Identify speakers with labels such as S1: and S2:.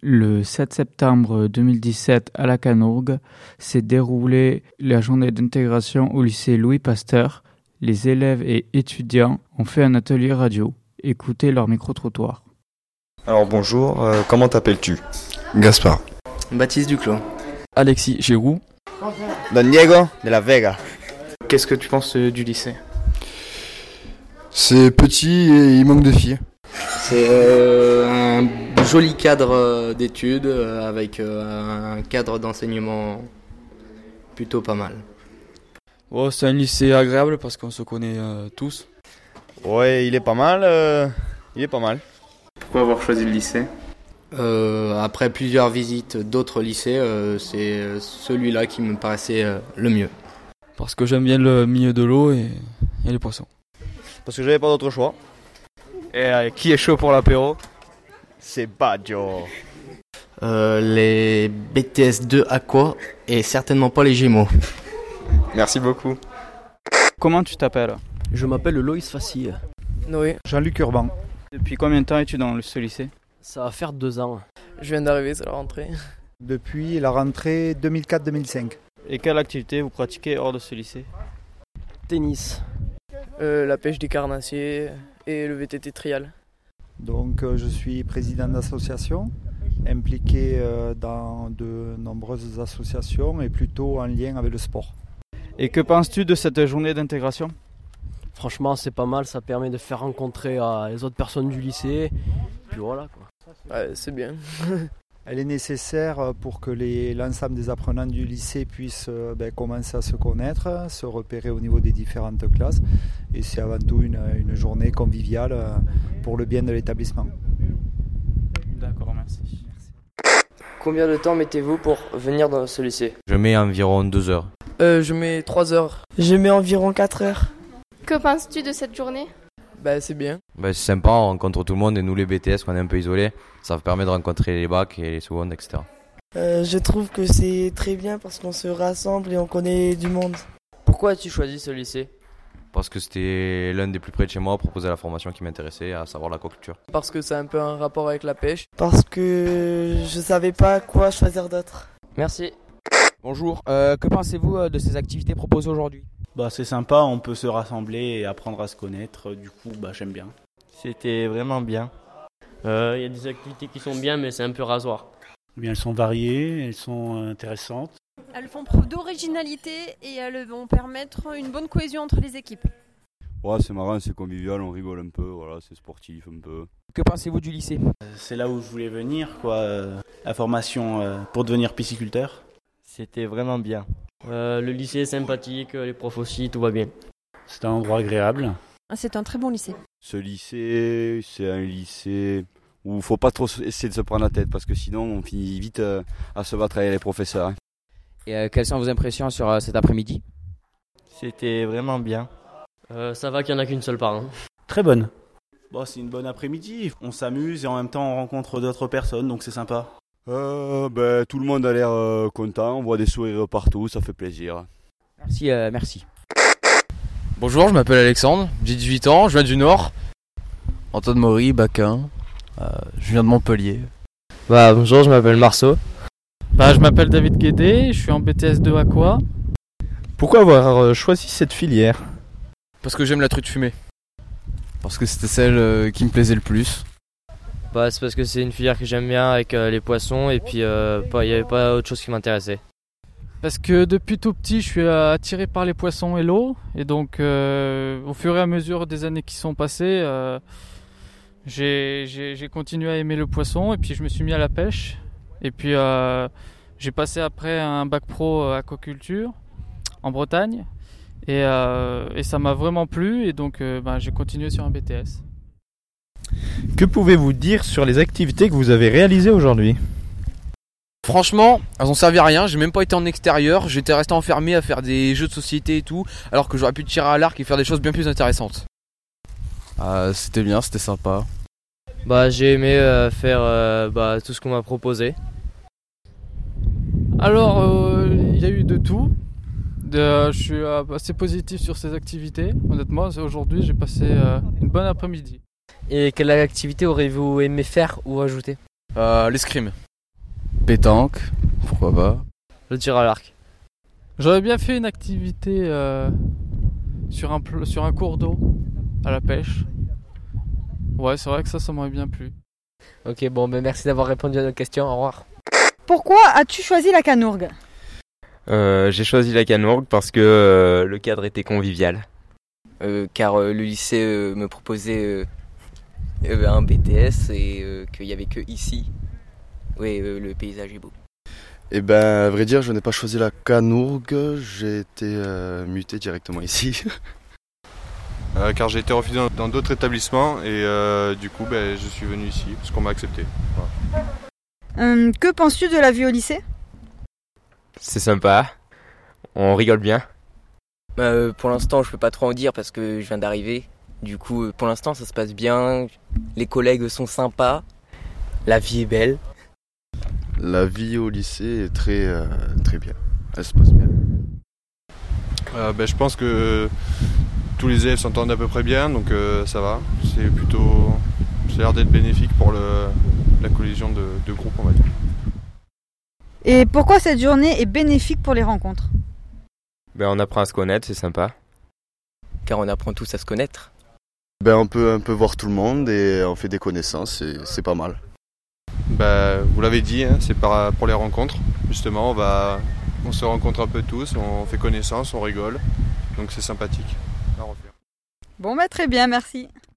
S1: Le 7 septembre 2017 à la Canourgue s'est déroulée la journée d'intégration au lycée Louis Pasteur. Les élèves et étudiants ont fait un atelier radio. Écoutez leur micro-trottoir.
S2: Alors bonjour, euh, comment t'appelles-tu
S3: Gaspard.
S4: Baptiste Duclos.
S5: Alexis Giroux.
S6: Don Diego de la Vega.
S7: Qu'est-ce que tu penses euh, du lycée
S3: C'est petit et il manque de filles.
S4: C'est euh, un joli cadre euh, d'études avec euh, un cadre d'enseignement plutôt pas mal.
S5: Oh, c'est un lycée agréable parce qu'on se connaît euh, tous.
S6: Ouais, il est pas mal. euh, il est pas mal.
S7: Pourquoi avoir choisi le lycée
S4: euh, Après plusieurs visites d'autres lycées, euh, c'est celui-là qui me paraissait euh, le mieux.
S5: Parce que j'aime bien le milieu de l'eau et, et, les poissons.
S6: Parce que j'avais pas d'autre choix.
S8: Et euh, qui est chaud pour l'apéro
S6: C'est Badio.
S4: Euh, les BTS 2 Aqua et certainement pas les Gémeaux.
S2: Merci beaucoup.
S1: Comment tu t'appelles
S9: Je m'appelle Loïs Facile.
S10: Noé.
S11: Jean-Luc Urban.
S1: Depuis combien de temps es-tu dans ce lycée
S9: Ça va faire deux ans.
S10: Je viens d'arriver, c'est la rentrée.
S11: Depuis la rentrée 2004-2005.
S1: Et quelle activité vous pratiquez hors de ce lycée
S9: Tennis.
S10: Euh, la pêche des carnassiers et le VTT trial.
S11: Donc euh, je suis président d'association, impliqué euh, dans de nombreuses associations et plutôt en lien avec le sport.
S1: Et que penses-tu de cette journée d'intégration
S9: franchement c'est pas mal, ça permet de faire rencontrer euh, les autres personnes du lycée. Puis voilà quoi.
S10: Ouais, c'est bien.
S11: Elle est nécessaire euh, pour que l'ensemble des apprenants du lycée puissent euh, ben, commencer à se connaître, se repérer au niveau des différentes classes. Et c'est avant tout une, une, journée conviviale euh. pour le bien de l'établissement.
S1: D'accord, merci.
S12: merci. Combien de temps mettez-vous pour venir dans ce lycée
S13: Je mets environ 2 heures.
S10: Euh, je mets 3 heures.
S14: Je mets environ 4 heures.
S15: Que penses-tu de cette journée
S10: Bah c'est bien.
S13: Bah, c'est sympa, on rencontre tout le monde et nous les BTS, on est un peu isolés, ça permet de rencontrer les bacs et les secondes, etc.
S14: Euh, je trouve que c'est très bien parce qu'on se rassemble et on connaît du monde.
S12: Pourquoi as-tu choisi ce lycée
S13: Parce que c'était l'un des plus près de chez moi, proposer la formation qui m'intéressait, à savoir l'aquaculture.
S10: Parce que c'est un peu un rapport avec la pêche.
S14: Parce que je savais pas quoi choisir d'autre.
S12: Merci.
S16: Bonjour, euh, que pensez-vous de ces activités proposées aujourd'hui
S17: bah, c'est sympa, on peut se rassembler et apprendre à se connaître. Du coup, bah, j'aime bien.
S18: C'était vraiment bien.
S19: Il euh, y a des activités qui sont bien, mais c'est un peu rasoir.
S17: Eh bien, elles sont variées, elles sont intéressantes.
S20: Elles font preuve d'originalité et elles vont permettre une bonne cohésion entre les équipes.
S9: Ouais, c'est marrant, c'est convivial, on rigole un peu, voilà, c'est sportif un peu.
S16: Que pensez-vous du lycée
S17: C'est là où je voulais venir, quoi. euh, La formation euh, pour devenir pisciculteur.
S18: C'était vraiment bien. Euh, le lycée est sympathique, les profs aussi, tout va bien.
S17: C'est un endroit agréable.
S20: C'est un très bon lycée.
S9: Ce lycée, c'est un lycée où il faut pas trop essayer de se prendre la tête parce que sinon on finit vite euh, à se battre avec les professeurs. hein.
S16: Et euh, quelles sont vos impressions sur euh, cet après-midi
S18: C'était vraiment bien.
S12: Euh,
S18: ça va qu'il n'y en a qu'une seule par
S12: hein.
S18: an.
S17: Très bonne. Bon, c'est une bonne après-midi. On s'amuse et en même temps on rencontre d'autres personnes, donc c'est sympa.
S9: Euh, ben, tout le monde a l'air euh, content, on voit des sourires partout, ça fait plaisir.
S16: Merci, euh, merci.
S8: Bonjour, je m'appelle Alexandre, j'ai 18 ans, je viens du Nord.
S6: Antoine Maury, bac 1, je viens de Montpellier.
S21: Bah, bonjour, je m'appelle Marceau.
S22: Bah, je m'appelle David Guédé, je suis en BTS 2 Aqua.
S23: Pourquoi avoir choisi cette filière
S8: Parce que j'aime la truite fumée.
S6: Parce que c'était
S8: euh,
S6: celle qui me plaisait le plus.
S12: Bah, c'est parce que c'est une filière que j'aime bien avec euh, les poissons et puis il euh, n'y avait pas autre chose qui m'intéressait.
S22: Parce que depuis tout petit, je suis euh, attiré par les poissons et l'eau. Et donc, euh, au fur et à mesure des années qui sont passées, euh, j'ai continué à aimer le poisson et puis je me suis mis à la pêche. Et puis, euh, j'ai passé après un bac pro euh, aquaculture en Bretagne. Et, euh, et ça m'a vraiment plu. Et donc, bah, j'ai continué sur un BTS.
S23: Que pouvez-vous dire sur les activités que vous avez réalisées aujourd'hui
S8: Franchement, elles n'ont servi à rien, j'ai même pas été en extérieur, j'étais resté enfermé à faire des jeux de société et tout, alors que j'aurais pu tirer à l'arc et faire des choses bien plus intéressantes.
S6: Euh, c'était bien, c'était sympa.
S12: Bah j'ai aimé euh, faire euh, bah, tout ce qu'on m'a proposé.
S22: Alors il y a eu de tout.
S10: euh,
S22: De, je suis assez positif sur ces activités. Honnêtement, aujourd'hui j'ai passé
S10: euh,
S22: une bonne après-midi.
S12: Et quelle activité auriez-vous aimé faire ou ajouter
S8: euh, L'escrime.
S24: Pétanque, pourquoi pas.
S12: Le tir à l'arc.
S22: J'aurais bien fait une activité euh, sur, un, pl- sur un cours d'eau, à la pêche. Ouais, c'est vrai que ça, ça m'aurait bien plu.
S25: Ok, bon, mais merci d'avoir répondu à nos questions. Au revoir.
S10: Pourquoi as-tu choisi la Canourgue
S8: Euh, j'ai choisi la Canourgue parce que euh, le cadre était convivial.
S4: Euh, car euh, le lycée euh, me proposait euh, euh, un BTS et euh, qu'il n'y avait que ici. Oui, euh, le paysage est beau.
S26: Eh ben, à vrai dire, je n'ai pas choisi la Canourgue, j'ai été euh, muté directement ici.
S27: Euh, car j'ai été refusé dans- dans d'autres établissements et euh, du coup ben, je suis venu ici parce qu'on m'a accepté. Voilà.
S10: Hum, que penses-tu de la vue au lycée
S8: C'est sympa. On rigole bien.
S4: Bah, euh, pour l'instant, je peux pas trop en dire parce que je viens d'arriver. Du coup, euh, pour l'instant, ça se passe bien. Les collègues sont sympas. La vie est belle.
S26: La vie au lycée est très, euh, très bien. Elle se passe bien.
S27: Euh, ben, je pense que euh, tous les élèves s'entendent à peu près bien donc euh, ça va. C'est plutôt. Ça a l'air d'être bénéfique pour le, la collision de, de groupe on va dire.
S10: Et pourquoi cette journée est bénéfique pour les rencontres
S8: Ben, on apprend à se connaître, c'est sympa.
S4: Car on apprend tous à se connaître.
S26: Ben, on peut un peu voir tout le monde et on fait des connaissances et c'est pas mal.
S27: Bah, vous l'avez dit, hein, c'est par- pour les rencontres. Justement, on, va, on se rencontre un peu tous, on fait connaissance, on rigole. Donc c'est sympathique. À refaire.
S10: Bon, bah très bien, merci.